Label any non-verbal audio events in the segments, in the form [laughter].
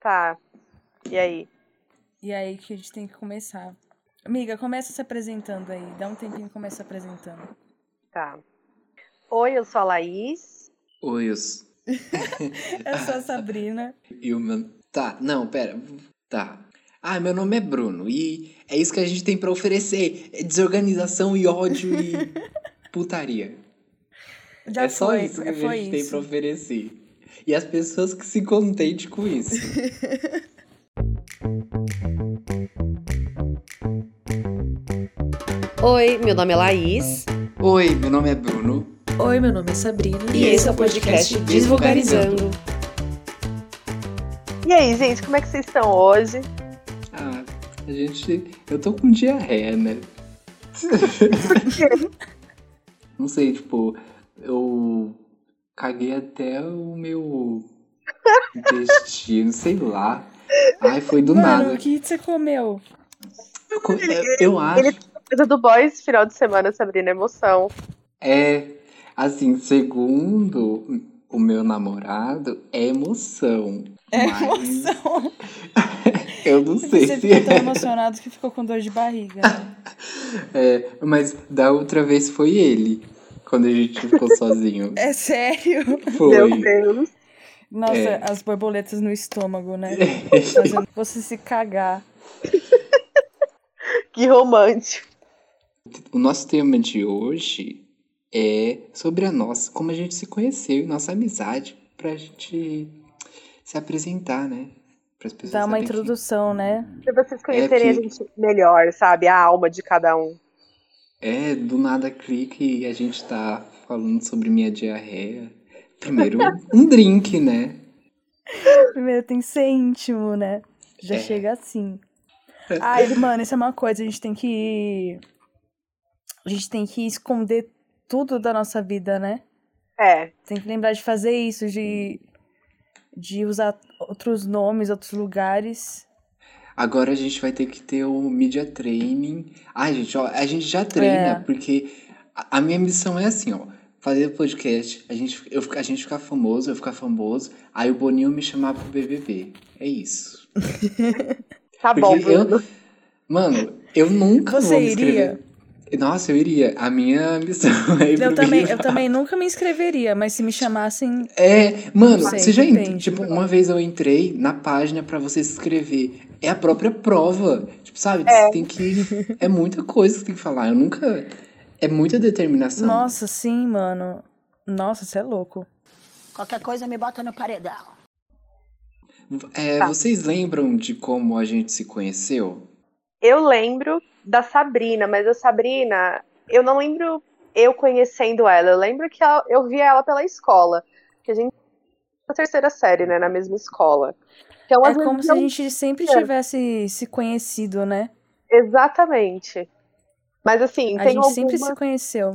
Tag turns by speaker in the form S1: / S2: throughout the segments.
S1: Tá. E aí?
S2: E aí que a gente tem que começar. Amiga, começa se apresentando aí. Dá um tempinho e começa se apresentando.
S1: Tá. Oi, eu sou a Laís.
S3: Oi, eu... s-
S2: [laughs] Eu sou a Sabrina.
S3: e o meu... Tá, não, pera. Tá. Ah, meu nome é Bruno e é isso que a gente tem pra oferecer. É desorganização e
S2: [laughs]
S3: ódio e putaria.
S2: Já
S3: é só
S2: foi,
S3: isso que
S2: é,
S3: a
S2: foi
S3: gente tem
S2: isso.
S3: pra oferecer. E as pessoas que se contentem com isso.
S4: Oi, meu nome é Laís
S3: Oi, meu nome é Bruno.
S5: Oi, meu nome é Sabrina.
S4: e esse é o podcast Desvulgarizando.
S1: E aí, gente, como é que vocês estão hoje?
S3: Ah, a gente... Eu tô com
S2: [laughs]
S3: diarreia, né? Não sei, tipo... Eu caguei até o meu intestino, sei lá. Ai, foi do
S2: Mano,
S3: nada.
S2: o que você comeu?
S3: Co- Eu acho.
S1: ele- Coisa do boys, final de semana, Sabrina, emoção.
S3: É. Assim, segundo o meu namorado, é emoção.
S2: É
S3: Mas
S2: emoção.
S3: Eu não
S2: Você
S3: sei se
S2: ficou tão
S3: é.
S2: emocionado que ficou com dor de barriga. né?
S3: É, Mas da outra vez foi ele. Quando a gente ficou sozinho.
S2: [laughs] É sério?
S3: Foi.
S1: Meu Deus.
S2: Nossa,
S3: É.
S2: as borboletas no estômago,
S3: [laughs]
S2: né? Fazendo você se cagar.
S1: Que romântico.
S3: O nosso tema de hoje é sobre a nossa, como a gente se conheceu e nossa amizade pra gente se apresentar, né? Para as pessoas.
S2: Dá uma
S3: saberem quem-
S2: introdução, né?
S1: Pra vocês conhecerem
S3: É
S1: a
S3: que-
S1: gente melhor, sabe? A alma de cada um.
S3: É, do nada clique e a gente tá falando sobre minha diarreia. Primeiro, um drink, né?
S2: Primeiro tem que ser íntimo, né? Já
S3: É.
S2: chega assim. Ai, mano, isso é uma coisa, a gente tem que. A gente tem que esconder tudo da nossa vida, né?
S1: É.
S2: Tem que lembrar de fazer isso, de, de usar outros nomes, outros lugares.
S3: Agora a gente vai ter que ter o media training. Ai, gente, ó, a gente já treina,
S2: É.
S3: porque a, a minha missão é assim, ó. Fazer podcast, a gente, eu, fica- a gente ficar famoso, eu ficar famoso, aí o Boninho me chamar pro BBB. É isso.
S1: Tá bom,
S3: Porque eu-
S1: Bruno.
S3: Mano, eu nunca
S2: Você
S3: vou me inscrever. Nossa, eu iria. A minha missão [laughs] é ir pro
S2: Eu também,
S3: Big
S2: eu também nunca me inscreveria, mas se me chamassem.
S3: É, mano,
S2: Não sei,
S3: você já entrou.
S2: depende.
S3: Tipo, uma vez eu entrei na página pra você se inscrever. É a própria prova. Tipo, sabe? Você tem que. É muita coisa que você tem que falar. Eu nunca. É muita determinação.
S2: Nossa, sim, mano. Nossa, você é louco.
S6: Qualquer coisa me bota no paredão.
S3: É,
S1: Tá.
S3: Vocês lembram de como a gente se conheceu?
S1: Eu lembro da Sabrina, mas a Sabrina, eu não lembro eu conhecendo ela. Eu lembro que ela- eu via ela pela escola. Que a gente na terceira série, né? Na mesma escola. Então,
S2: É
S1: às vezes,
S2: como se a
S1: não-
S2: gente sempre tivesse se conhecido, né?
S1: Exatamente. Mas assim,
S2: A
S1: tem,
S2: gente sempre
S1: alguma-
S2: se conheceu.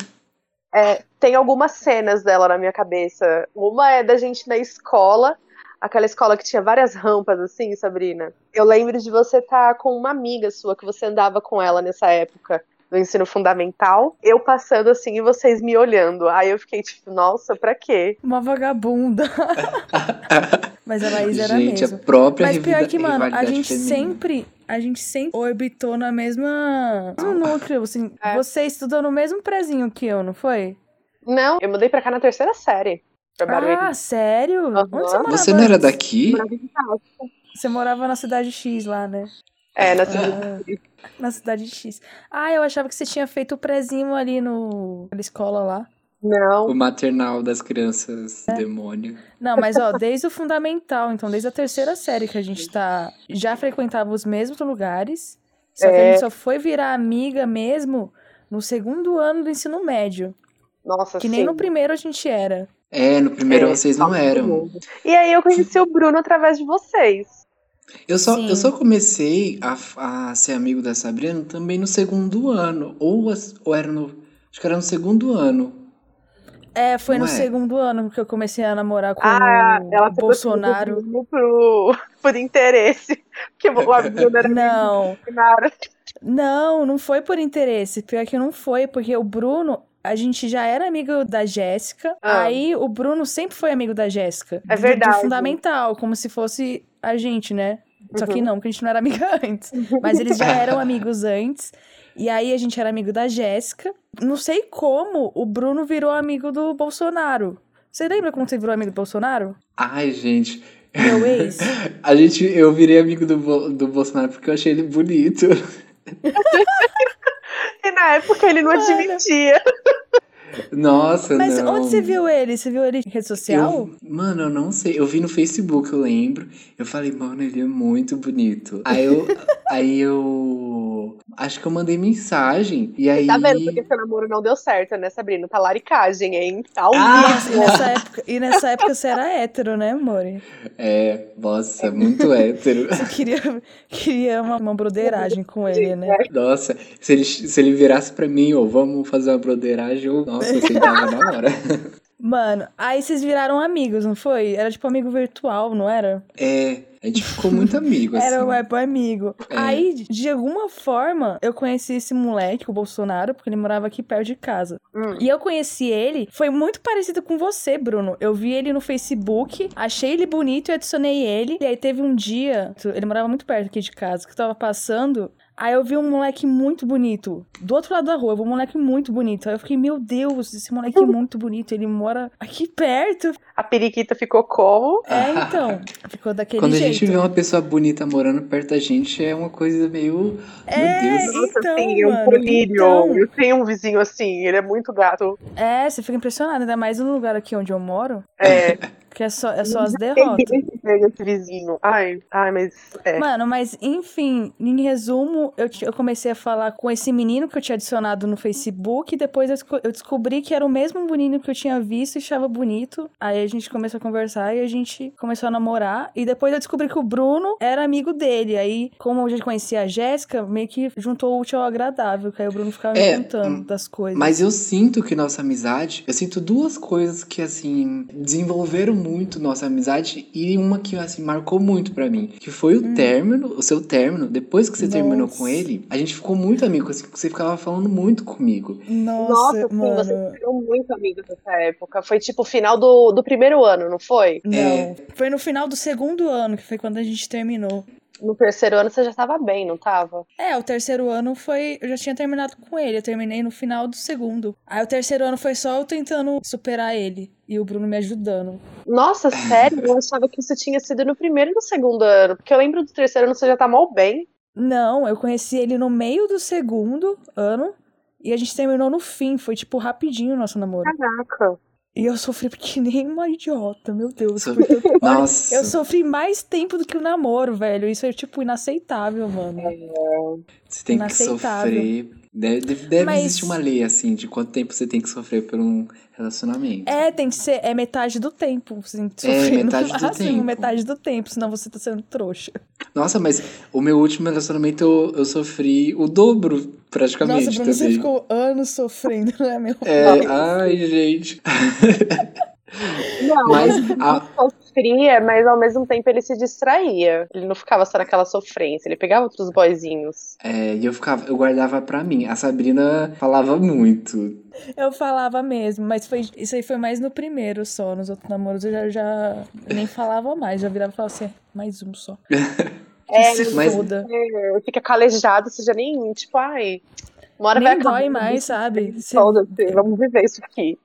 S1: tem algumas cenas dela na minha cabeça. Uma é da gente na escola, aquela escola que tinha várias rampas, assim, Sabrina. Eu lembro de você estar com uma amiga sua, que você andava com ela nessa época do ensino fundamental. Eu passando assim e vocês me olhando. Aí eu fiquei tipo, nossa, pra quê?
S2: Uma vagabunda. mas a Laís era
S3: gente,
S2: mesmo.
S3: a própria
S2: Mas pior
S3: revida-
S2: que, mano, a
S3: rivalidade
S2: gente
S3: feminina.
S2: sempre. A gente sempre orbitou na mesma.
S3: Ah.
S2: mesmo núcleo. Assim,
S1: É.
S2: Você estudou no mesmo prezinho que eu, não foi?
S1: Não, eu mudei pra cá na terceira série. Pra Barueri.
S2: Ah, sério?
S1: Aham.
S2: Onde você morava?
S3: Você não era
S2: antes?
S3: daqui?
S1: Morava em Itaú.
S2: Você morava na cidade X lá, né?
S1: É, na
S2: Ah, na cidade X. Ah, eu achava que você tinha feito o prezinho ali no. na escola lá.
S1: Não.
S3: O maternal das crianças
S2: É.
S3: demônio.
S2: Não, mas ó, desde o fundamental, então desde a terceira série que a gente tá. Já frequentava os mesmos lugares. Só que a
S1: É.
S2: gente só foi virar amiga mesmo no segundo ano do ensino médio.
S1: Nossa, assim,
S2: Que nem
S1: sim.
S2: no primeiro a gente era.
S3: É, no primeiro
S1: É,
S3: vocês não eram.
S1: E aí eu conheci o Bruno através de vocês.
S3: Eu só, eu
S2: Sim.
S3: só comecei a, a ser amigo da Sabrina também no segundo ano. Ou, as- ou era no. Acho que era no segundo ano.
S2: É, foi
S3: Não
S2: no
S3: é?
S2: segundo ano que eu comecei a namorar com
S1: Ah, ela
S2: o
S1: pegou o
S2: Bolsonaro.
S1: Bruno pro, [laughs] por interesse. Porque o Bruno era
S2: Não,
S1: Bolsonaro.
S2: não, não foi por interesse. Pior que não foi, porque o Bruno, a gente já era amigo da Jéssica.
S1: Ah.
S2: Aí o Bruno sempre foi amigo da Jéssica.
S1: É
S2: Do-
S1: verdade.
S2: Do fundamental, como se fosse a gente, né? Só
S1: Uhum.
S2: que não, porque a gente não era amiga [laughs] antes. Mas eles
S1: [laughs]
S2: já eram amigos antes. E aí a gente era amigo da Jéssica. Não sei como o Bruno virou amigo do Bolsonaro. Você lembra como você virou amigo do Bolsonaro?
S3: Ai, gente.
S1: [laughs]
S2: Meu ex?
S3: A gente, eu virei amigo do, Bo- do Bolsonaro porque eu achei ele bonito. [laughs]
S1: E na época ele não admitia.
S3: Nossa,
S2: Mas
S3: não.
S2: onde você viu ele? Você viu ele em rede social?
S3: Eu, mano, eu não sei. Eu vi no Facebook, eu lembro. Eu falei, mano, ele é muito bonito.
S2: [laughs]
S3: Aí eu. aí eu. Acho que eu mandei mensagem. E aí.
S1: Tá vendo? Porque seu namoro não deu certo, né, Sabrina? Tá laricagem, hein? Tá ao
S3: Ah!
S1: vivo.
S2: E nessa, época, e nessa época você era hétero, né, amore?
S3: É, nossa, muito hétero.
S2: Você queria, queria uma, uma broderagem com ele, né?
S3: Nossa, se ele, se ele virasse pra mim, ou vamos fazer uma broderagem, ou nossa, eu aceitava na hora.
S2: [laughs] Mano, aí vocês viraram amigos, não foi? Era tipo amigo virtual, não era?
S3: É, a gente ficou muito amigo, assim.
S2: Era o web amigo.
S3: É.
S2: Aí, de alguma forma, eu conheci esse moleque, o Bolsonaro, porque ele morava aqui perto de casa.
S1: Hum.
S2: E eu conheci ele, foi muito parecido com você, Bruno. Eu vi ele no Facebook, achei ele bonito e adicionei ele. E aí teve um dia, ele morava muito perto aqui de casa, que eu tava passando. Aí eu vi um moleque muito bonito. Do outro lado da rua, eu vi um moleque muito bonito. Aí eu fiquei, meu Deus, esse moleque é muito bonito. Ele mora aqui perto.
S1: A periquita ficou como?
S3: [laughs]
S2: É, então. Ficou daquele
S3: Quando a
S2: jeito. né?
S3: gente vê uma pessoa bonita morando perto da gente, é uma coisa meio. Meu
S2: É,
S3: Deus.
S1: Nossa,
S2: então,
S1: assim, é um
S2: mano,
S1: colírio.
S2: então.
S1: Eu tenho um vizinho assim, ele é muito gato.
S2: É, você fica impressionado, ainda mais no lugar aqui onde eu moro,
S1: É,
S2: que é só, é só as derrotas.
S1: ninguém se pega esse vizinho. Ai, ai, mas é.
S2: Mano, mas enfim, em resumo, eu, ti- eu comecei a falar com esse menino que eu tinha adicionado no Facebook, e depois eu, esco- eu descobri que era o mesmo menino que eu tinha visto e achava bonito. Aí a gente começou a conversar e a gente começou a namorar. E depois eu descobri que o Bruno era amigo dele. Aí, como eu já conhecia a Jéssica, meio que juntou o útil ao agradável, que aí o Bruno ficava
S3: É,
S2: me contando das coisas.
S3: Mas eu sinto que nossa amizade, eu sinto duas coisas que assim desenvolveram muito nossa amizade e uma que assim marcou muito pra mim, que foi o término, o seu término, depois que você terminou com
S2: Hum. Nossa.
S3: ele, a gente ficou muito amigo, assim, você ficava falando muito comigo.
S2: Nossa,
S1: sim,
S2: mano.
S1: vocês foram muito amigos nessa época. Foi tipo o final do, do primeiro ano, não foi?
S2: Não.
S3: É.
S2: Foi no final do segundo ano, que foi quando a gente terminou.
S1: No terceiro ano você já tava bem, não tava?
S2: É, o terceiro ano foi. Eu já tinha terminado com ele. Eu terminei no final do segundo. Aí o terceiro ano foi só eu tentando superar ele. E o Bruno me ajudando.
S1: Nossa, sério? Eu achava que isso tinha sido no primeiro e no segundo ano. Porque eu lembro do terceiro ano você já tá mal bem.
S2: Não, eu conheci ele no meio do segundo ano. E a gente terminou no fim. Foi, tipo, rapidinho o nosso namoro.
S1: Caraca.
S2: E eu sofri [laughs] porque nem uma idiota, meu Deus.
S3: Sobre- Nossa.
S2: Eu sofri mais tempo do que o namoro, velho. Isso é, tipo, inaceitável, mano.
S3: Você tem que
S2: Inaceitável.
S3: sofrer. Deve, deve- deve
S2: Mas-
S3: existir uma lei, assim, de quanto tempo você tem que sofrer por um relacionamento.
S2: É, tem que ser. É metade do tempo. Você tem que
S3: É,
S2: sofrer no
S3: metade do
S2: máximo,
S3: tempo.
S2: metade do tempo, senão você tá sendo trouxa.
S3: Nossa, mas o meu último relacionamento eu, eu sofri o dobro, praticamente.
S2: Nossa, Bruno, você
S3: também.
S2: ficou anos sofrendo, [laughs] né, meu?
S3: É, ai, gente.
S1: Não,
S3: Mas
S1: ele
S3: a-
S1: sofria, mas ao mesmo tempo ele se distraía. Ele não ficava só naquela sofrência, ele pegava outros boizinhos.
S3: é, e eu ficava, eu guardava pra mim. A Sabrina falava muito.
S2: Eu falava mesmo, mas foi, isso aí foi mais no primeiro só. Nos outros namoros eu já, já nem falava mais, já virava e falava assim, "É, mais um só.
S1: É,
S2: que se
S3: mas-
S2: foda.
S1: É, fica calejado, você já nem, tipo, ai. Uma hora vai
S2: Nem
S1: acabar.
S2: dói mais, sabe? Você-
S1: Foda-se, vamos viver isso aqui.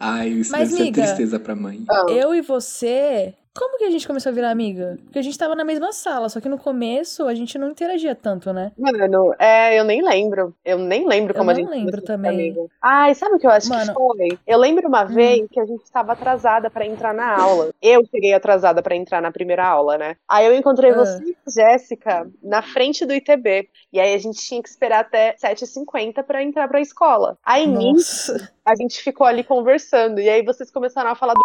S3: Ai, isso
S2: Mas,
S3: deve
S2: miga,
S3: ser tristeza pra mãe.
S1: Ah,
S2: Eu e você. Como que a gente começou a virar amiga? Porque a gente tava na mesma sala, só que no começo a gente não interagia tanto, né?
S1: Mano, é, eu nem lembro. Eu nem lembro
S2: Eu
S1: como a
S2: não
S1: gente.
S2: lembro
S1: começou a ficar
S2: também.
S1: amiga. Ai, sabe o que eu acho
S2: Mano.
S1: que
S2: hum.
S1: foi? Eu lembro uma vez que a gente estava atrasada pra entrar na aula. Eu cheguei atrasada pra entrar na primeira aula, né? Aí eu encontrei
S2: Ah.
S1: você e a Jéssica na frente do ITB. E aí a gente tinha que esperar até 7h50 pra entrar pra escola. Aí nisso,
S2: Nossa.
S1: a gente ficou ali conversando. E aí vocês começaram a falar do.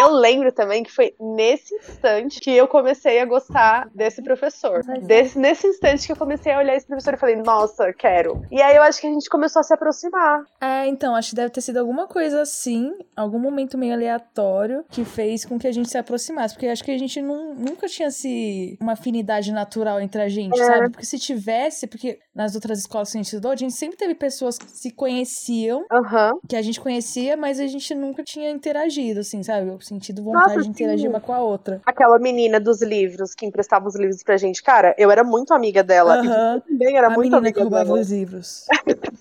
S1: Eu lembro também que foi nesse instante que eu comecei a gostar desse professor.
S2: é.
S1: Desse- nesse instante que eu comecei a olhar esse professor e falei, nossa, quero. E aí eu acho que a gente começou a se aproximar.
S2: É, então, acho que deve ter sido alguma coisa assim, algum momento meio aleatório que fez com que a gente se aproximasse. Porque acho que a gente nun- nunca tinha se uma afinidade natural entre a gente,
S1: É.
S2: sabe? Porque se tivesse, porque nas outras escolas que a gente estudou, a gente sempre teve pessoas que se conheciam,
S1: Aham.
S2: que a gente conhecia, mas a gente nunca tinha interagido, assim, sabe? Assim, sentido vontade
S1: Nossa,
S2: de interagir
S1: sim.
S2: uma com a outra.
S1: Aquela menina dos livros que emprestava os livros pra gente. Cara, eu era muito amiga dela. E
S2: Aham.
S1: você também era
S2: a
S1: Tá muito
S2: menina que
S1: amiga
S2: roubava
S1: dela.
S2: os
S1: [laughs]
S2: livros.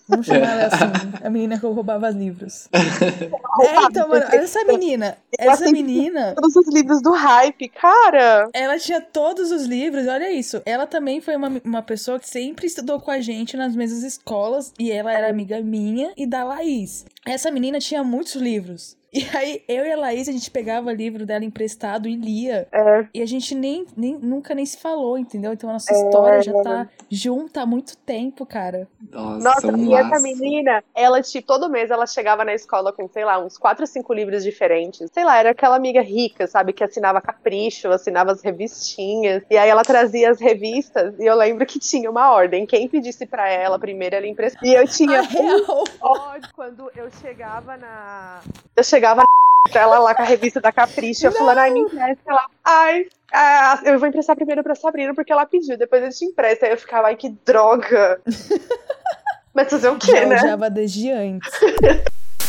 S2: Vamos chamar ela assim. A menina que roubava
S1: [laughs]
S2: os livros. É,
S1: Roubava,
S2: então, mano,
S1: porque
S2: essa menina,
S1: Ela
S2: essa
S1: sempre-
S2: menina,
S1: Todos os livros do hype, cara.
S2: ela tinha todos os livros, olha isso. Ela também foi uma, uma pessoa que sempre estudou com a gente nas mesmas escolas, e ela era amiga minha e da Laís. Essa menina tinha muitos livros. E aí, eu e a Laís, a gente pegava livro dela emprestado e lia.
S1: É.
S2: E a gente nem, nem nunca nem se falou, entendeu? Então a nossa
S1: É,
S2: história já tá junta há muito tempo, cara.
S3: Nossa,
S1: Nossa,
S3: um
S1: e essa
S3: laço.
S1: menina, ela, tipo, todo mês ela chegava na escola com, sei lá, uns quatro, cinco livros diferentes. Sei lá, era aquela amiga rica, sabe, que assinava capricho, assinava as revistinhas. E aí ela trazia as revistas, e eu lembro que tinha uma ordem. Quem pedisse pra ela primeiro, ela emprestava. E eu tinha um
S2: A real.
S1: ódio quando eu chegava na. Eu chegava na. [laughs] Ela lá com a revista da Capricha, eu falando, ai, me empresta ela. Ai, ah, eu vou emprestar primeiro pra Sabrina porque ela pediu, depois eu te empresto. Aí eu ficava, ai, que droga. [laughs] Mas fazer o quê,
S2: já
S1: né?
S2: odiava desde antes.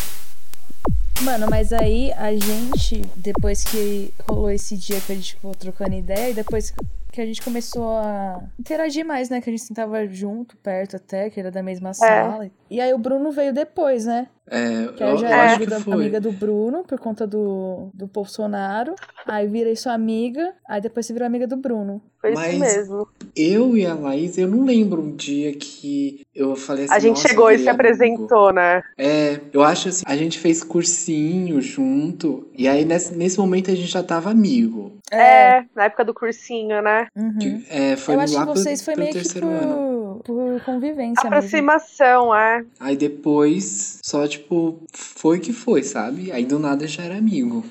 S2: [laughs] Mano, mas aí a gente, depois que rolou esse dia que a gente ficou trocando ideia, e depois que a gente começou a interagir mais, né? Que a gente sentava junto, perto até, que era da mesma
S1: É.
S2: sala. E aí o Bruno veio depois, né?
S3: É,
S2: Que aí eu já
S3: eu
S2: era
S3: acho que
S2: amiga,
S3: foi.
S2: amiga do Bruno, por conta do, do Bolsonaro. Aí virei sua amiga, aí depois você virou amiga do Bruno.
S1: Foi
S3: Mas
S1: isso mesmo.
S3: Eu e a Laís, eu não lembro um dia que eu falei assim.
S1: A gente
S3: "Nossa,
S1: chegou e
S3: virei
S1: se
S3: amigo".
S1: apresentou, né?
S3: É, eu acho assim, a gente fez cursinho junto, e aí nesse, nesse momento a gente já tava amigo.
S1: É. na época do cursinho, né?
S2: Uhum.
S3: Que, é, foi
S2: eu acho
S3: lá
S2: que
S3: pro-
S2: vocês foi
S3: pelo
S2: meio que
S3: terceiro ano.
S2: por, por convivência mesmo.
S1: Aproximação, é.
S3: Aí depois, só tipo, foi que foi, sabe? Aí do nada já era amigo.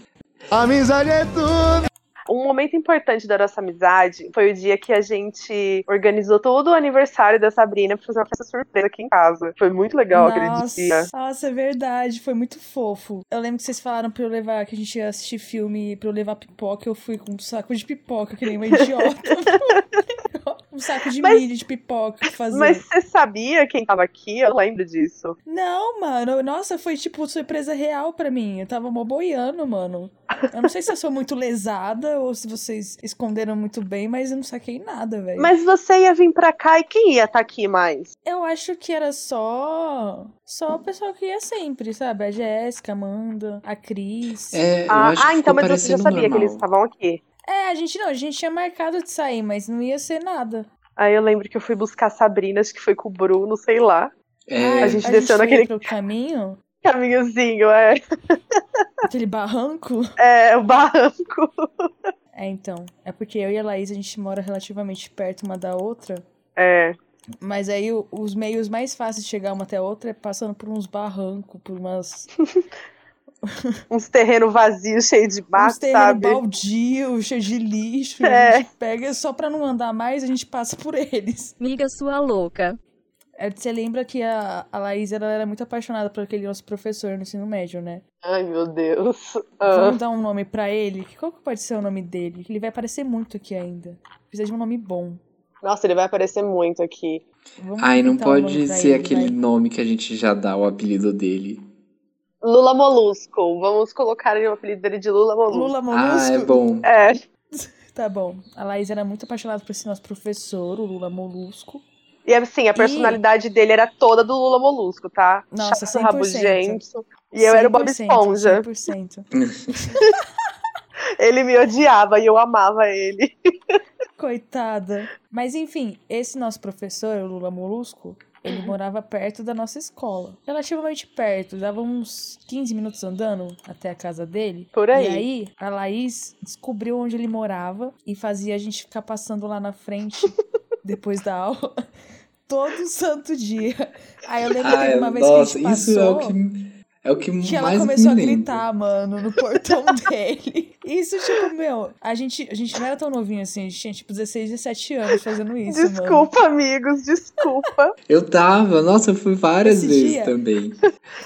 S1: Um momento importante da nossa amizade foi o dia que a gente organizou todo o aniversário da Sabrina pra fazer uma festa surpresa aqui em casa. Foi muito legal aquele dia.
S2: Nossa, nossa, é verdade. Foi muito fofo. Eu lembro que vocês falaram pra eu levar, que a gente ia assistir filme, pra eu levar pipoca. Eu fui com um saco de pipoca, que nem
S1: [laughs]
S2: uma idiota. um saco de
S1: Mas-
S2: milho de pipoca pra fazer.
S1: Mas você sabia quem tava aqui? Eu lembro disso.
S2: Não, mano. Nossa, foi tipo surpresa real pra mim. Eu tava mó boiando, mano. Eu não sei se eu sou muito lesada ou se vocês esconderam muito bem, mas eu não saquei nada,
S3: É.
S2: velho.
S1: Mas você ia vir pra cá e quem ia estar aqui mais?
S2: Eu acho que era só. Só o pessoal que ia sempre, sabe? A Jéssica, a Amanda, a Cris.
S3: É, eu
S1: ah,
S3: acho
S1: ah,
S3: que
S1: então,
S3: ficou
S1: mas você já
S3: parecendo
S1: sabia
S3: normal.
S1: que eles estavam aqui.
S2: É, a gente não, a gente tinha marcado de sair, mas não ia ser nada.
S1: Aí eu lembro que eu fui buscar a Sabrina, acho que foi com o Bruno, sei lá.
S3: É,
S1: A gente desceu
S2: veio
S1: naquele-
S2: pro caminho,
S1: Caminhozinho, é.
S2: aquele barranco. [laughs]
S1: É, o barranco.
S2: É, então. É porque eu e a Laís, a gente mora relativamente perto uma da outra.
S1: É.
S2: Mas aí o- os meios mais fáceis de chegar uma até a outra é passando por uns barrancos, por umas.
S1: Uns terrenos vazios, cheios de
S2: uns
S1: mato,
S2: terreno
S1: sabe?
S2: baldio, cheio de lixo.
S1: É.
S2: A gente pega só pra não andar mais, a gente passa por eles.
S5: Miga sua louca.
S2: É, Você lembra que a, a Laís ela era muito apaixonada por aquele nosso professor no ensino médio, né?
S1: Ai, meu Deus. Ah.
S2: Vamos dar um nome pra ele? Qual que pode ser o nome dele? Que Ele vai aparecer muito aqui ainda. Precisa de um nome bom.
S1: Nossa, ele vai aparecer muito aqui.
S2: Vamos
S3: Ai, não
S2: inventar um nome
S3: pode
S2: pra
S3: ser
S2: ele,
S3: aquele
S2: vai.
S3: nome que a gente já dá o apelido dele.
S1: Lula Molusco. Vamos colocar o apelido dele de Lula Molusco.
S2: Lula
S3: Ah,
S2: Molusco?
S3: é bom.
S1: É.
S2: Tá bom. A Laís era muito apaixonada por esse nosso professor, o Lula Molusco.
S1: E assim, a personalidade dele era toda do Lula Molusco, tá?
S2: Nossa,
S1: Chato,
S2: 100%.
S1: rabugento. E eu era o Bob
S2: 100%,
S1: Esponja.
S2: 100%.
S1: Ele me odiava e eu amava ele.
S2: Coitada. Mas enfim, esse nosso professor, o Lula Molusco,
S3: Uhum.
S2: ele morava perto da nossa escola. Relativamente perto, dava uns 15 minutos andando até a casa dele.
S1: Por
S2: E
S1: aí.
S2: aí, a Laís descobriu onde ele morava e fazia a gente ficar passando lá na
S3: [laughs]
S2: frente depois da aula. [laughs] Todo santo dia. Aí eu lembro que teve
S3: Ai,
S2: uma vez
S3: Ah, nossa,
S2: que a gente
S3: isso é
S2: passou
S3: o que, é o que,
S2: que ela
S3: mais
S2: começou a
S3: me lembro.
S2: gritar, mano, no portão [laughs] dele. Isso, tipo, meu, a gente, a gente não era tão novinho assim, a gente tinha, tipo, 16, 17 anos fazendo é isso, mano.
S1: desculpa, amigos, desculpa. [laughs]
S3: Eu tava, nossa, eu fui várias
S2: Esse
S3: vezes
S2: dia. Ah,
S3: também.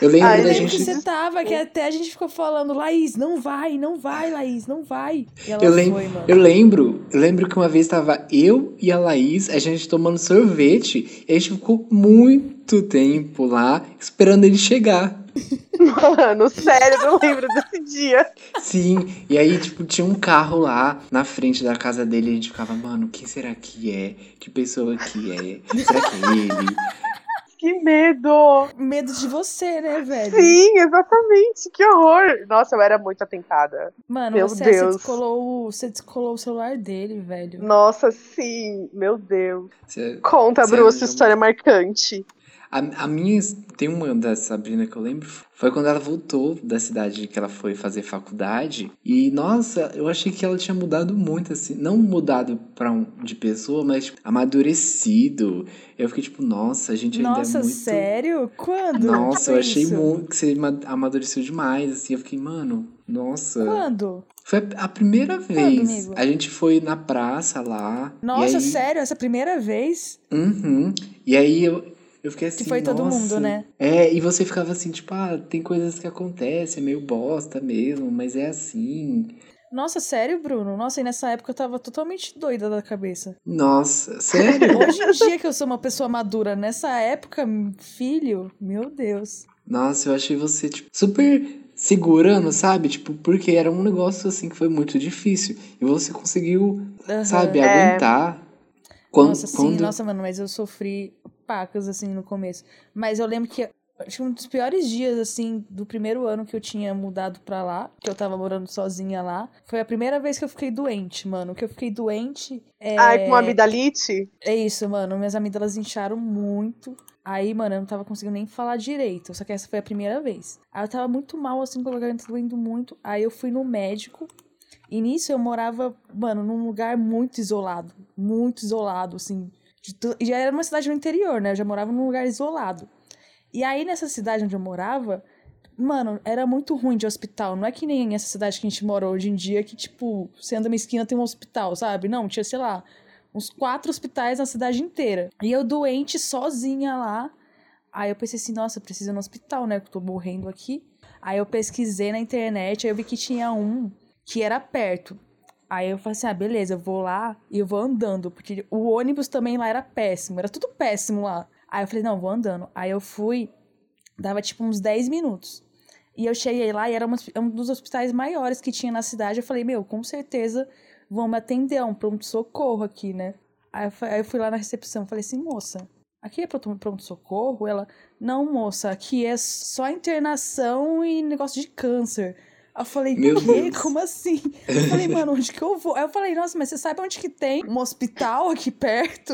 S3: Eu lembro
S1: Ai,
S2: Eu
S3: da
S2: lembro
S3: gente.
S2: que você tava, que até a gente ficou falando, Laís, não vai, não vai, Laís, não vai. E ela
S3: Eu lembro-
S2: foi, mano.
S3: Eu lembro, eu lembro que uma vez tava eu e a Laís, a gente tomando sorvete, e a gente ficou muito tempo lá esperando ele chegar.
S1: Mano, sério, eu não lembro desse dia.
S3: Sim, e aí, tipo, tinha um carro lá na frente da casa dele e a gente ficava, mano, quem será que é? Que pessoa que é? Será que é ele?
S1: Que medo!
S2: Medo de você, né, velho?
S1: Sim, exatamente, que horror! Nossa, eu era muito atentada.
S2: Mano,
S1: Meu
S2: você,
S1: Deus.
S2: Você, descolou, o- você descolou o celular dele, velho.
S1: Nossa, sim, meu Deus.
S3: Você-
S1: Conta,
S3: Sério,
S1: Bru, essa
S3: eu-
S1: história marcante.
S3: A, a minha, tem uma da Sabrina que eu lembro, foi quando ela voltou da cidade que ela foi fazer faculdade. E, nossa, eu achei que ela tinha mudado muito, assim. Não mudado pra um, de pessoa, mas tipo, amadurecido. Eu fiquei tipo, nossa, a gente ainda é
S2: Nossa,
S3: muito...
S2: sério? Quando?
S3: Nossa, eu
S2: foi
S3: achei
S2: isso?
S3: muito que você ama- amadureceu demais, assim. Eu fiquei, mano, nossa.
S2: Quando?
S3: Foi a primeira vez.
S2: amigo?
S3: A gente foi na praça lá. e
S2: Nossa,
S3: aí-
S2: sério? Essa primeira vez?
S3: Uhum. E aí eu, eu fiquei assim.
S2: Que foi todo
S3: "Nossa."
S2: mundo, né?
S3: É, e você ficava assim, tipo, ah, tem coisas que acontecem, é meio bosta mesmo, mas é assim.
S2: Nossa, sério, Bruno? Nossa, e nessa época eu tava totalmente doida da cabeça.
S3: Nossa, [laughs] sério?
S2: Hoje em dia que eu sou uma pessoa madura, nessa época, filho, meu Deus.
S3: Nossa, eu achei você, tipo, super segurando, sabe? Tipo, porque era um negócio assim que foi muito difícil. E você conseguiu,
S2: Aham.
S3: sabe,
S1: É.
S3: aguentar. Quando,
S2: Nossa, sim,
S3: quando...
S2: nossa, mano, mas eu sofri pacas, assim, no começo. Mas eu lembro que acho que um dos piores dias, assim, do primeiro ano que eu tinha mudado pra lá, que eu tava morando sozinha lá, foi a primeira vez que eu fiquei doente, mano. Que eu fiquei doente. É,
S1: Ai, com amidalite?
S2: é isso, mano. Minhas amígdalas incharam muito. Aí, mano, eu não tava conseguindo nem falar direito. Só que essa foi a primeira vez. Aí eu tava muito mal, assim, com a garganta doendo muito. Aí eu fui no médico. E nisso eu morava, mano, num lugar muito isolado. Muito isolado, assim. de tu- e Já era uma cidade no interior, né? Eu já morava num lugar isolado. E aí, nessa cidade onde eu morava, mano, era muito ruim de hospital. Não é que nem essa cidade que a gente mora hoje em dia, que, tipo, você anda uma esquina tem um hospital, sabe? Não, tinha, sei lá, uns quatro hospitais na cidade inteira. E eu doente, sozinha lá. Aí eu pensei assim, nossa, eu preciso ir no hospital, né? Que eu tô morrendo aqui. Aí eu pesquisei na internet, aí eu vi que tinha um que era perto. Aí eu falei assim, ah, beleza, eu vou lá e eu vou andando. Porque o ônibus também lá era péssimo, era tudo péssimo lá. Aí eu falei, não, eu vou andando. Aí eu fui, dava tipo uns 10 minutos. E eu cheguei lá e era um hosp- um dos hospitais maiores que tinha na cidade. Eu falei, meu, com certeza vão me atender, é um pronto-socorro aqui, né? Aí eu, fa- aí eu fui lá na recepção, falei assim, moça, aqui é pronto- pronto-socorro? Ela, não, moça, aqui é só internação e negócio de câncer. Aí Eu falei,
S3: Meu
S2: quê?
S3: Deus.
S2: Como assim? Eu falei, mano, onde que eu vou? Aí eu falei, nossa, mas você sabe onde que tem um hospital aqui perto?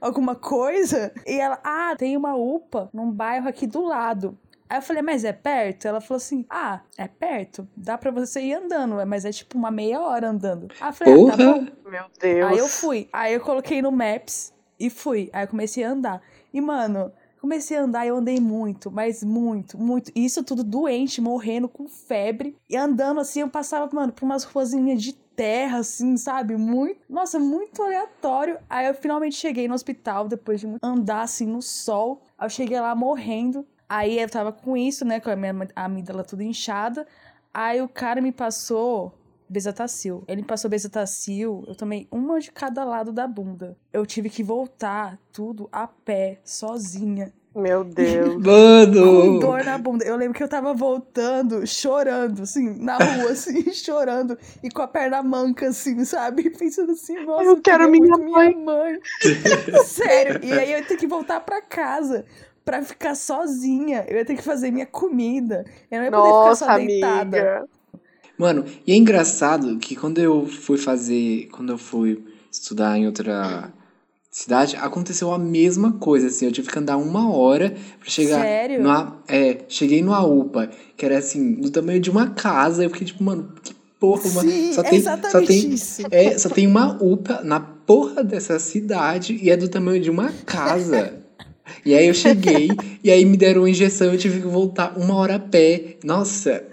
S2: Alguma coisa? E ela, ah, tem uma UPA num bairro aqui do lado. Aí eu falei, mas é perto? Ela falou assim, ah, é perto? Dá pra você ir andando, mas é tipo uma meia hora andando. Aí eu falei, ah, tá
S3: Porra!
S2: bom.
S1: Meu Deus.
S2: Aí Ah, eu fui. Aí eu coloquei no Maps e fui. Aí eu comecei a andar. E, mano, comecei a andar e eu andei muito, mas muito, muito. E Isso tudo doente, morrendo, com febre. E andando assim, eu passava, mano, por umas ruazinhas de terra, assim, sabe? Muito. Nossa, muito aleatório. Aí eu finalmente cheguei no hospital depois de andar assim no sol. Aí eu cheguei lá morrendo. Aí eu tava com isso, né? Com a minha am- amígdala toda inchada. Aí o cara me passou Besatacil. Ele me passou Besatacil, eu tomei uma de cada lado da bunda. Eu tive que voltar tudo a pé, sozinha,
S1: Meu Deus.
S2: com
S3: Mano!
S2: dor na bunda. Eu lembro que eu tava voltando, chorando, assim, na rua, assim, chorando, e com a perna manca, assim, sabe? [laughs] Pensando assim, nossa,
S1: Eu quero
S2: queria
S1: minha
S2: muito
S1: mãe.
S2: minha mãe. Sério, e aí eu ia ter que voltar pra casa. Pra ficar sozinha, eu ia ter que fazer minha comida. [laughs] Eu não ia poder
S1: Nossa,
S2: ficar só deitada. [laughs]
S1: amiga.
S3: Mano, e é engraçado que quando eu fui fazer, quando eu fui estudar em outra cidade, aconteceu a mesma coisa, assim, eu tive que andar uma hora pra chegar
S2: Sério?
S3: numa- é, cheguei numa UPA, que era assim, do tamanho de uma casa, eu fiquei tipo, mano, que porra, uma,
S2: Sim,
S3: só
S2: é
S3: tem,
S2: exatamente
S3: só tem,
S2: isso.
S3: é, só tem uma UPA na porra dessa cidade e é do tamanho de uma casa. E aí eu cheguei, e aí me deram uma injeção, eu tive que voltar uma hora a pé. Nossa,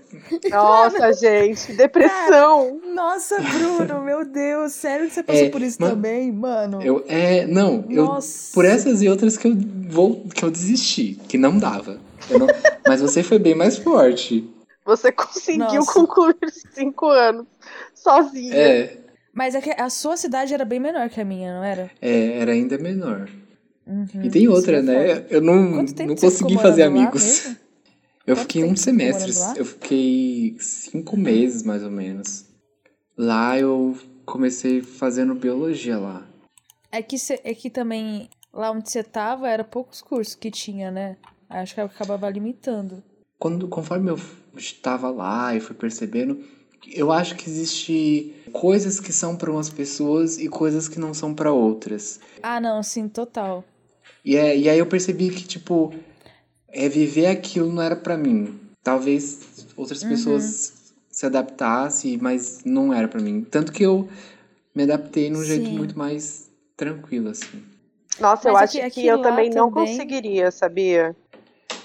S1: Nossa, gente. Depressão.
S2: Nossa,
S3: [laughs]
S2: Bruno, meu Deus, sério que você passou
S3: É,
S2: por isso
S3: ma-
S2: também, mano?
S3: eu, é, não, eu
S2: Nossa.
S3: Por essas e outras que eu vou, que eu desisti, que não dava. Eu não- mas você foi bem mais forte.
S1: Você conseguiu
S2: Nossa.
S1: concluir [laughs] os cinco anos sozinha.
S3: É,
S2: Mas é que a sua cidade era bem menor que a minha, não era?
S3: é, era ainda menor.
S2: Uhum,
S3: E tem
S2: isso
S3: outra,
S2: é
S3: né?
S2: foda.
S3: Eu não,
S2: Quanto tempo
S3: não
S2: você ficou
S3: consegui fazer
S2: morando lá
S3: amigos.
S2: mesmo?
S3: Eu
S2: Quanto
S3: fiquei
S2: tempo
S3: uns
S2: você ficou morando
S3: semestres.
S2: lá?
S3: Eu fiquei cinco meses, mais ou menos. Lá eu comecei fazendo biologia lá.
S2: É que, cê- é que também lá onde você tava era poucos cursos que tinha, né? Acho que acabava limitando.
S3: Quando, conforme eu estava lá e fui percebendo, eu acho que existe coisas que são para umas pessoas e coisas que não são para outras.
S2: Ah, não, sim, total.
S3: E, é, e aí eu percebi que, tipo, é, viver aquilo não era pra mim. Talvez outras
S2: Uhum.
S3: pessoas se adaptassem, mas não era pra mim. Tanto que eu me adaptei num jeito
S2: Sim.
S3: muito mais tranquilo, assim.
S1: Nossa, eu
S2: Mas
S1: acho
S2: aqui-
S1: que
S2: aqui
S1: eu
S2: lá
S1: também não
S2: também-
S1: conseguiria, sabia?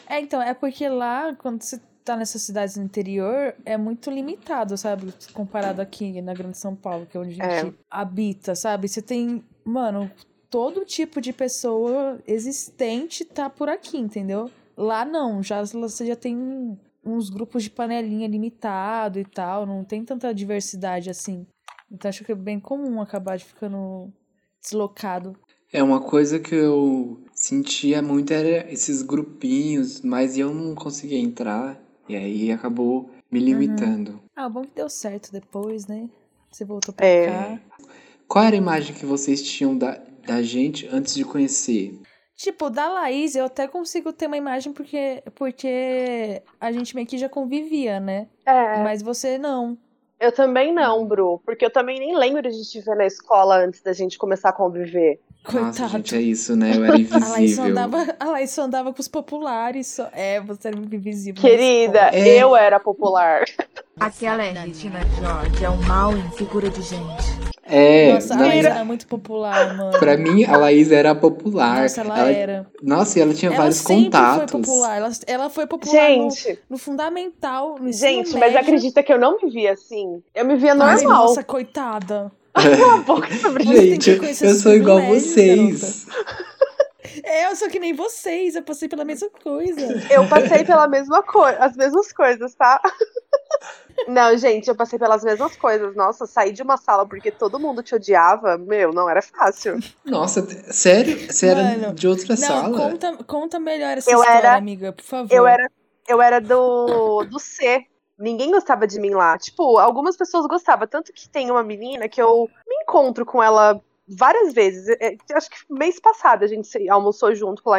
S2: É, então, é porque lá, quando você tá nessas cidades do interior, é muito limitado, sabe? Comparado aqui na Grande São Paulo, que é onde a
S1: É.
S2: gente habita, sabe? Você tem, mano, todo tipo de pessoa existente tá por aqui, entendeu? Lá não, já você já tem uns grupos de panelinha limitado e tal, não tem tanta diversidade assim. Então acho que é bem comum acabar de ficando deslocado.
S3: É uma coisa que eu sentia muito era esses grupinhos, mas eu não conseguia entrar. E aí acabou me
S2: Uhum.
S3: limitando.
S2: Ah, bom que deu certo depois, né? Você voltou pra
S1: É.
S2: cá.
S3: Qual era a imagem que vocês tinham da, da gente antes de conhecer?
S2: Tipo, da Laís, eu até consigo ter uma imagem porque, porque a gente meio que já convivia, né?
S1: É.
S2: Mas você não.
S1: Eu também não, Bru, porque eu também nem lembro de te ver na escola antes da gente começar a conviver.
S3: Nossa,
S2: Coitado.
S3: gente, é isso, né?
S2: [laughs]
S3: Eu era
S2: a, Laís só
S3: invisível.
S2: andava, a Laís só andava com os populares. Só... É, você era invisível. na
S1: Querida,
S3: É.
S1: eu era popular.
S5: Aquela é Regina George, é o mal em figura de gente.
S3: É,
S2: escola. Nossa, a
S3: não,
S2: Laís era muito popular, mano.
S3: Pra mim, a Laís era popular.
S2: Nossa, ela, era.
S3: Nossa, e ela tinha
S2: Ela
S3: vários
S2: sempre
S3: contatos.
S2: foi popular. Ela, ela foi popular no,
S1: Gente,
S2: no fundamental, no ensino
S1: gente, mas
S2: médio.
S1: acredita que eu não me via assim. Eu me via
S2: Mas,
S1: normal.
S2: Nossa, coitada.
S1: Cala a boca, Sabrina.
S2: Você tem que
S3: Gente, eu
S2: conhecer
S3: eu
S2: os
S3: sou igual
S2: privilégios,
S3: vocês.
S2: É, eu sou que nem vocês. Eu passei pela mesma coisa.
S1: Eu passei pela mesma coisa, as mesmas coisas, tá? [laughs] Não, gente, eu passei pelas mesmas coisas. Nossa, sair de uma sala porque todo mundo te odiava, meu, não era fácil.
S3: Nossa, t- sério? Você era
S2: Mano,
S3: de outra
S2: Não,
S3: sala?
S2: Conta, conta melhor essa
S1: Eu
S2: história,
S1: era-
S2: amiga, por favor.
S1: Eu era, eu era do, do C. Ninguém gostava de mim lá. Tipo, algumas pessoas gostavam. Tanto que tem uma menina que eu me encontro com ela várias vezes. É, é, Acho que mês passado a gente se- almoçou junto lá.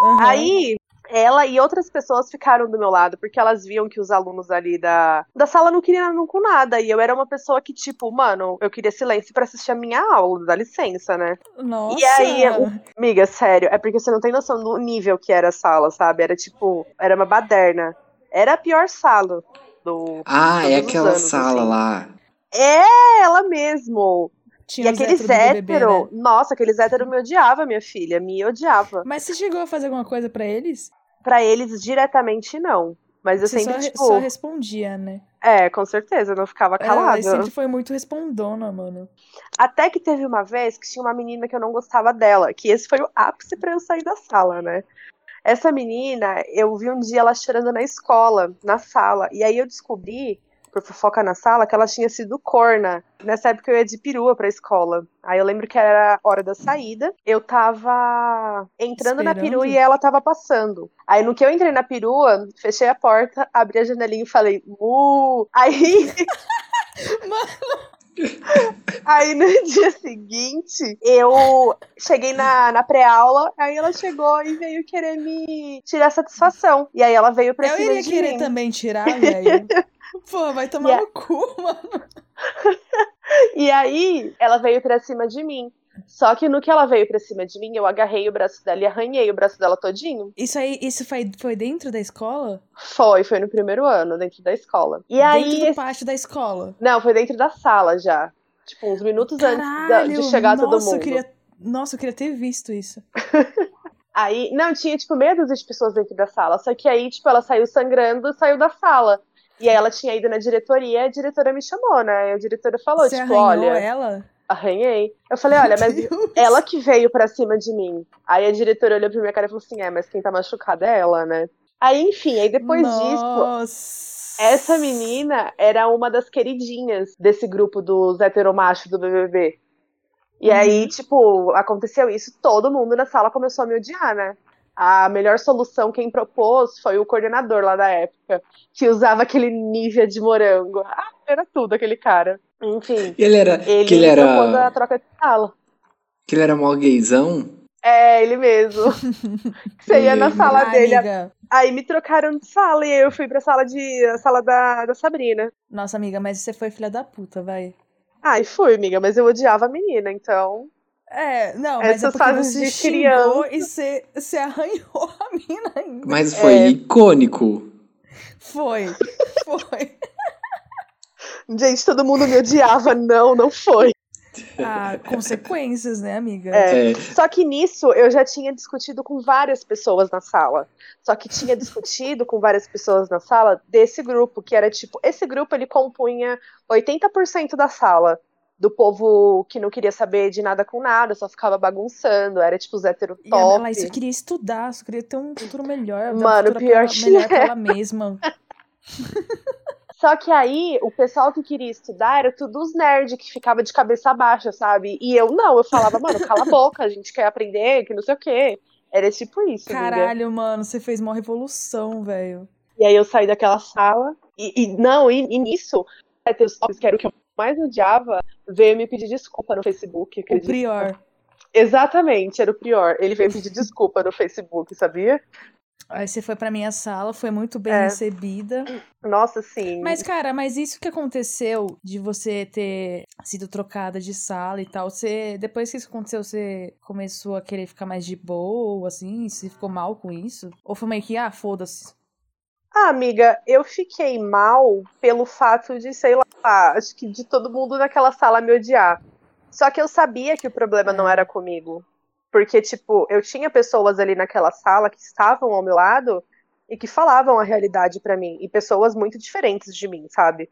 S2: Aham.
S1: Aí ela e outras pessoas ficaram do meu lado, porque elas viam que os alunos ali da, da sala não queriam nada com nada. E eu era uma pessoa que, tipo, mano, eu queria silêncio pra assistir a minha aula, dá licença, né?
S2: Nossa.
S1: E aí, eu- Amiga, sério, é porque você não tem noção do nível que era a sala, sabe? Era tipo, era uma baderna. Era a pior sala do.
S3: Ah, é
S1: Todos os
S3: aquela
S1: anos,
S3: sala
S1: assim.
S3: lá.
S1: É ela mesmo!
S2: Tinha
S1: e
S2: os
S1: aqueles
S2: hétero do BBB,
S1: hétero,
S2: né?
S1: nossa, aqueles hétero me odiava, minha filha, me odiava.
S2: Mas você chegou a fazer alguma coisa pra eles?
S1: Pra eles, diretamente, não. Mas eu
S2: você
S1: sempre,
S2: só, re-
S1: tipo.
S2: só respondia, né?
S1: É, com certeza, eu não ficava
S2: Ela
S1: calada.
S2: sempre foi muito respondona, mano.
S1: Até que teve uma vez que tinha uma menina que eu não gostava dela, que esse foi o ápice pra eu sair da sala, né? Essa menina, eu vi um dia ela chorando na escola, na sala, e aí eu descobri, por fofoca na sala, que ela tinha sido corna. Nessa época eu ia de perua pra escola. Aí eu lembro que era a hora da saída, eu tava entrando na
S2: Esperando?
S1: perua e ela tava passando. Aí no que eu entrei na perua, fechei a porta, abri a janelinha e falei, uh! Aí Aí no [laughs] dia seguinte, eu cheguei na, na pré-aula, aí ela chegou e veio querer me tirar satisfação. E aí ela veio pra
S2: eu
S1: cima
S2: iria
S1: de
S2: querer
S1: mim. [laughs]
S2: também tirar, velho. Pô, vai tomar
S1: Yeah.
S2: no cu, mano.
S1: E aí ela veio pra cima de mim. Só que no que ela veio pra cima de mim, eu agarrei o braço dela e arranhei o braço dela todinho.
S2: Isso aí, isso foi, foi dentro da escola?
S1: Foi, foi no primeiro ano, dentro da escola. E aí.
S2: dentro do
S1: esse-
S2: pátio da escola.
S1: Não, foi dentro da sala já. Tipo, uns minutos antes da-
S2: Caralho,
S1: de chegar
S2: nossa,
S1: todo mundo.
S2: Eu queria... Nossa, eu queria ter visto isso.
S1: Aí, não, tinha tipo meia dúzia de pessoas dentro da sala, só que aí, tipo, ela saiu sangrando, saiu da sala. E aí ela tinha ido na diretoria, e a diretora me chamou, né? E a diretora falou,
S2: você
S1: tipo,
S2: arranhou
S1: olha,
S2: ela?
S1: arranhei. Eu falei, olha, mas
S2: Meu Deus.
S1: ela que veio pra cima de mim. Aí a diretora olhou pra minha cara e falou assim: "É, mas quem tá machucada é ela, né?" Aí, enfim, aí depois disso,
S2: Nossa.
S1: essa menina era uma das queridinhas desse grupo dos heteromachos do BBB.
S3: Uhum.
S1: E aí, tipo, aconteceu isso, todo mundo na sala começou a me odiar, né? A melhor solução quem propôs foi o coordenador lá da época, que usava aquele Nivea de morango. Ah, era tudo aquele cara. Enfim,
S3: Ele era.
S1: ele,
S3: que ele
S1: propôs a
S3: era.
S1: troca de sala.
S3: Que ele era mó gayzão.
S1: É, ele
S3: [laughs]
S1: mesmo. Você ia na
S3: lembro.
S1: sala
S2: Ah,
S1: dele.
S2: amiga.
S1: Aí me trocaram de sala e eu fui pra sala de a sala da, da Sabrina.
S2: Nossa, amiga, mas você foi filha da puta, vai.
S1: Ah, e fui, amiga, mas eu odiava a menina, então.
S2: É, não,
S1: Essas
S2: mas é porque
S1: fases
S2: você
S1: de
S2: xingou e você, você [laughs] arranhou a mina ainda.
S3: Mas foi
S1: É.
S3: icônico.
S2: Foi, foi.
S1: Gente, todo mundo me odiava, [laughs] não, não foi.
S2: Ah, consequências, né, amiga?
S1: É.
S3: É.
S1: Só que nisso eu já tinha discutido com várias pessoas na sala. Só que tinha discutido com várias pessoas na sala desse grupo, que era tipo, esse grupo ele compunha 80% da sala. Do povo que não queria saber de nada com nada, só ficava bagunçando, era tipo os hétero
S2: E a
S1: top.
S2: Mela, isso queria estudar, só queria ter um futuro melhor, dar um
S1: Mano,
S2: futuro pra
S1: pior
S2: ela-
S1: que
S2: melhor
S1: é.
S2: pra
S1: [laughs]
S2: ela mesma.
S1: Só que aí, o pessoal que queria estudar era tudo os nerds que ficava de cabeça baixa, sabe? E eu não, eu falava, mano, cala a boca, a gente quer aprender, que não sei o quê. Era tipo isso, amiga.
S2: Caralho, mano, você fez uma revolução, velho.
S1: E aí eu saí daquela sala. E, e- não, e, e nisso, héteros tops, que era o que eu mais odiava, veio me pedir desculpa no Facebook.
S2: O
S1: acredita?
S2: prior.
S1: Exatamente, era o pior. Ele veio pedir desculpa no Facebook, sabia?
S2: Aí você foi pra minha sala, foi muito bem
S1: É.
S2: recebida.
S1: Nossa, sim.
S2: Mas, cara, mas isso que aconteceu de você ter sido trocada de sala e tal, você. Depois que isso aconteceu, você começou a querer ficar mais de boa, assim? Você ficou mal com isso? Ou foi meio que, ah, foda-se.
S1: Ah, amiga, eu fiquei mal pelo fato de, sei lá, acho que de todo mundo naquela sala me odiar. Só que eu sabia que o problema não era comigo. Porque, tipo, eu tinha pessoas ali naquela sala que estavam ao meu lado e que falavam a realidade pra mim. E pessoas muito diferentes de mim, sabe?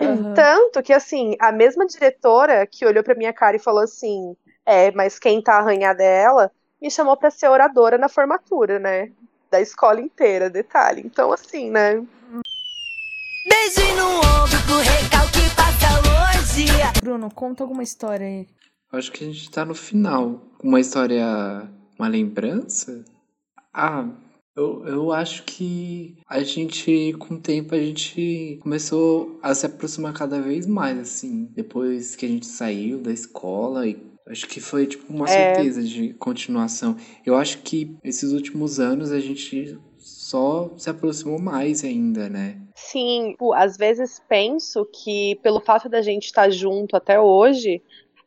S2: Aham.
S1: Tanto que, assim, a mesma diretora que olhou pra minha cara e falou assim: É, mas quem tá arranhada é ela, me chamou pra ser oradora na formatura, né? Da escola inteira, detalhe. Então, assim, né?
S7: Beijo no ombro pro recalque passa longe.
S2: Bruno, conta alguma história aí.
S3: Acho que a gente tá no final. Uma história. Uma lembrança? Ah, eu, eu acho que a gente, com o tempo, a gente começou a se aproximar cada vez mais, assim. Depois que a gente saiu da escola e. Acho que foi tipo uma
S1: É.
S3: certeza de continuação. Eu acho que esses últimos anos a gente só se aproximou mais ainda, né?
S1: Sim, tipo, às vezes penso que pelo fato da gente estar junto até hoje,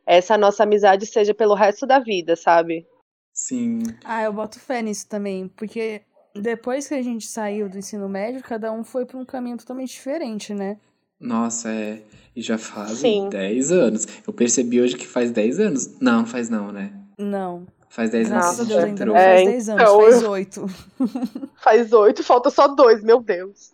S1: essa nossa amizade seja pelo resto da vida, sabe?
S3: Sim.
S2: Ah, eu boto fé nisso também, porque depois que a gente saiu do ensino médio, cada um foi pra um caminho totalmente diferente, né?
S3: Nossa, é. E já fazem
S1: Sim.
S3: 10 anos. Eu percebi hoje que faz 10 anos. Não, faz não, né?
S2: Não.
S3: Faz 10 anos
S2: Graças
S3: que
S2: a
S3: a gente
S2: Deus, ainda não
S3: entrou.
S1: É,
S2: faz 10 anos,
S1: então,
S2: faz
S1: eu-
S2: 8.
S1: Faz oito, falta só dois, meu Deus.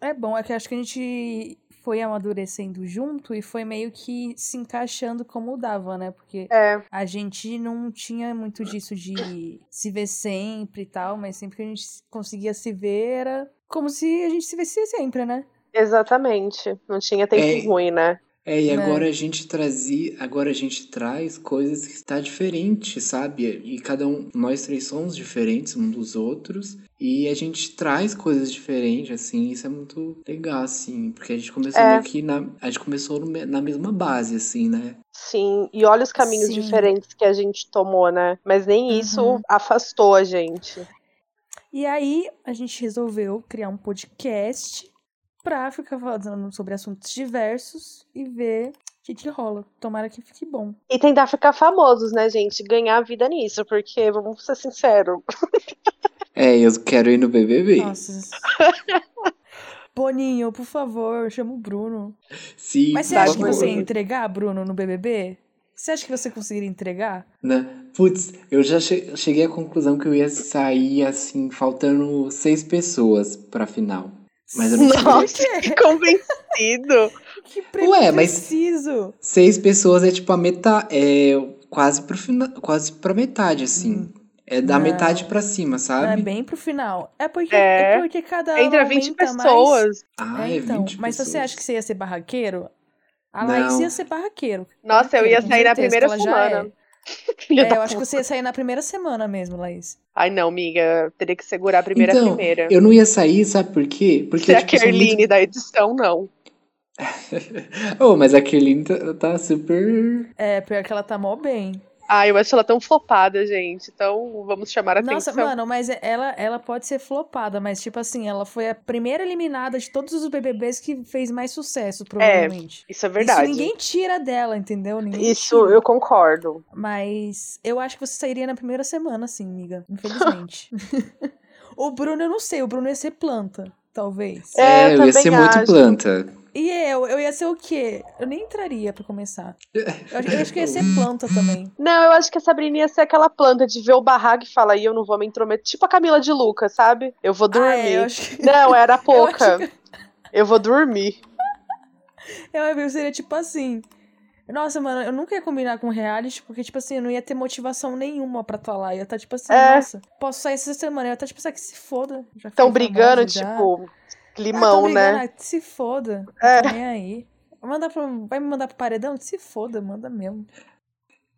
S2: É bom, é que acho que a gente foi amadurecendo junto e foi meio que se encaixando como dava, né? Porque
S1: É,
S2: a gente não tinha muito disso de se ver sempre e tal, mas sempre que a gente conseguia se ver era como se a gente se visse sempre, né?
S1: exatamente. Não tinha tempo
S3: É.
S1: ruim, né?
S3: É, e
S2: né?
S3: agora a gente trazia, agora a gente traz coisas que está diferente, sabe? E cada um, nós três somos diferentes um dos outros, e a gente traz coisas diferentes, assim, isso é muito legal, assim, porque a gente começou
S1: É.
S3: meio que na, a gente começou no me- na mesma base, assim, né?
S1: Sim, e olha os caminhos
S2: Sim.
S1: diferentes que a gente tomou, né? Mas nem isso
S2: Uhum.
S1: afastou a gente.
S2: E aí a gente resolveu criar um podcast pra ficar falando sobre assuntos diversos e ver o que, que rola. Tomara que fique bom.
S1: E tentar ficar famosos, né, gente? Ganhar a vida nisso, porque, vamos ser sinceros,
S3: É, eu quero ir no BBB.
S2: Nossa. [laughs] Boninho, por favor, chama o Bruno.
S3: Sim,
S2: Mas você
S1: por
S2: acha que
S1: favor.
S2: você ia entregar, Bruno, no BBB? Você acha que você conseguiria entregar?
S3: Né? Putz, eu já che- cheguei à conclusão que eu ia sair assim, faltando seis pessoas pra final. Mas
S2: [laughs]
S3: eu não
S2: Sim,
S1: Nossa.
S2: por quê?
S1: convencido. [laughs]
S2: é? Que prêmio
S3: Ué, mas-
S2: preciso.
S3: Seis pessoas é tipo a metade, é quase pro final, quase pra metade assim. É da
S2: Hum. Não.
S3: metade pra cima,
S2: Não, é
S3: sabe?
S2: bem pro final. É porque,
S1: É.
S2: é porque cada
S1: Entre
S2: um
S1: 20
S2: aumenta mais-
S1: pessoas.
S3: Ah,
S2: É,
S3: é,
S2: então.
S3: 20
S2: Mas
S3: pessoas.
S2: você acha que você ia ser barraqueiro? A
S3: Não.
S2: Laís ia ser barraqueiro.
S1: Nossa, eu
S2: Barraqueiro,
S1: ia
S2: com
S1: sair na
S2: certeza,
S1: primeira
S2: que ela já
S1: semana.
S2: é.
S1: [laughs] Filha
S2: É,
S1: da
S2: eu acho que
S1: puta.
S2: você ia sair na primeira semana mesmo, Laís.
S1: Ai, não, amiga. Teria que segurar a primeira
S3: Então,
S1: primeira.
S3: Eu não ia sair, sabe por quê? Porque
S1: [laughs] Se É a
S3: tipo, eu
S2: é
S3: sou
S1: Kerline da edição, não.
S3: muito- Oh, mas a Kerline tá, tá super.
S2: É, pior que ela tá mó bem.
S1: Ai, eu acho ela tão flopada, gente. Então, vamos chamar a
S2: Nossa,
S1: atenção.
S2: mano, mas é, ela, ela pode ser flopada, mas tipo assim, ela foi a primeira eliminada de todos os BBBs que fez mais sucesso, provavelmente.
S1: Isso é verdade.
S2: Isso ninguém tira dela, entendeu? Ninguém
S1: Isso,
S2: tira.
S1: eu concordo.
S2: Mas eu acho que você sairia na primeira semana, sim, amiga. Infelizmente. [laughs] o Bruno, eu não sei. O Bruno ia ser planta, talvez.
S1: É, eu
S3: eu ia
S1: também
S3: ser
S1: acho.
S3: muito planta.
S2: E eu? Eu ia ser o quê? Eu nem entraria pra começar. Eu, acho- eu acho que eu
S1: [laughs]
S2: ia ser planta também.
S1: Não, eu acho que a Sabrina ia ser aquela planta de ver o barraco e falar, e eu não vou me intrometer. Tipo a Camila de Lucas, sabe? Eu vou dormir.
S2: Ah, é, [laughs] eu acho que... é
S1: Não, era a
S2: Eu acho
S1: pouca. Eu vou dormir.
S2: Eu, eu seria tipo assim... Nossa, mano, eu nunca ia combinar com reality, porque, tipo assim, eu não ia ter motivação nenhuma pra estar lá. Eu ia estar, tipo assim,
S1: É.
S2: nossa, posso sair essa semana. Eu ia estar, tipo assim, ah, que se foda. Já
S1: Estão
S2: fui
S1: brigando,
S2: famosa tá já.
S1: tipo,
S2: Ah,
S1: limão,
S2: tão brigando,
S1: né?
S2: ah, Se foda.
S1: É.
S2: Tô nem aí. Manda pro- vai me mandar pro paredão? Se foda, manda mesmo.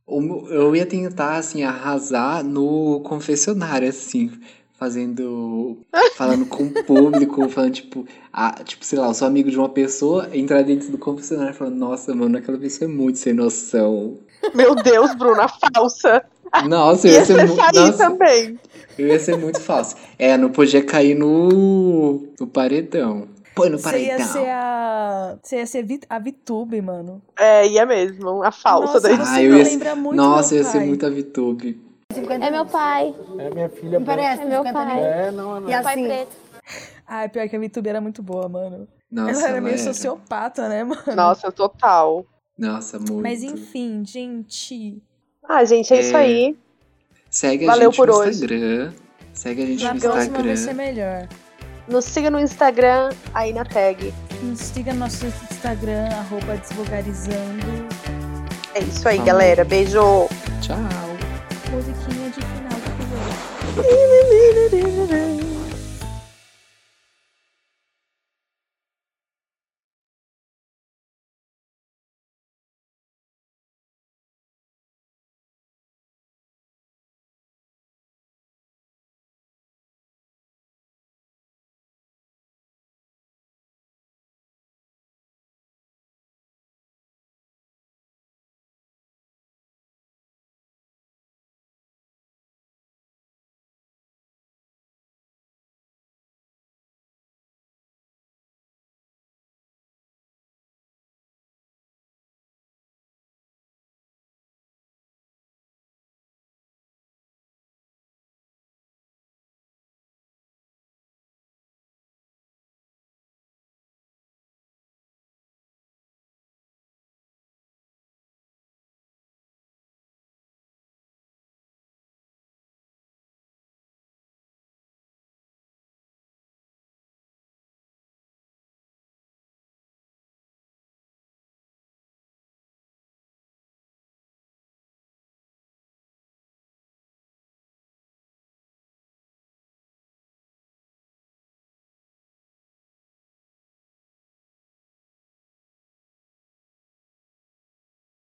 S3: O meu- Eu ia tentar, assim, arrasar no confessionário, assim,
S2: [laughs]
S3: fazendo. falando com o público, falando, tipo, ah, tipo, sei lá, eu sou amigo de uma pessoa, entrar dentro do confessionário e falar, nossa, mano, aquela pessoa é muito sem noção.
S2: [laughs] né?
S1: Meu Deus, Bruna, falsa.
S3: Nossa, eu ia
S1: Ia
S3: ser
S1: ser
S3: muito.
S1: Farid
S3: Nossa,
S1: também.
S3: eu ia ser muito falso. É, não podia cair no. no paredão. Põe no
S2: Você ia
S3: paredão.
S2: ser a. Você ia ser Vi- a VTube, mano.
S1: É, ia mesmo. A falsa
S2: Nossa,
S1: da
S2: você
S3: Ah, eu
S2: me
S3: ia-
S2: lembra muito.
S3: Nossa, eu
S2: meu
S3: ia ser
S2: pai.
S3: muito a VTube.
S6: 50
S8: É meu pai.
S9: É minha filha.
S6: Não parece?
S8: É meu
S6: 50
S8: pai.
S6: nem.
S9: É, não, é não.
S6: E
S8: Pai
S6: assim,
S8: preto.
S2: Ai, pior que a VTube era muito boa, mano.
S3: Nossa,
S2: ela era meio
S3: era.
S2: sociopata, né, mano?
S1: Nossa, total.
S3: Nossa, muito.
S2: Mas enfim, gente.
S1: Ah, gente, é, isso
S3: É.
S1: aí.
S3: Segue a
S1: Valeu
S3: gente
S1: por
S3: no
S1: hoje.
S3: Instagram. Segue a gente
S2: Na
S3: no
S2: próxima vai ser
S3: Instagram.
S2: melhor.
S1: Nos siga no Instagram, aí na tag.
S2: Nos siga no nosso Instagram, arroba desvogalizando.
S1: É isso aí,
S3: Falou.
S1: galera. Beijo.
S3: Tchau.
S2: Musiquinha de final do episódio.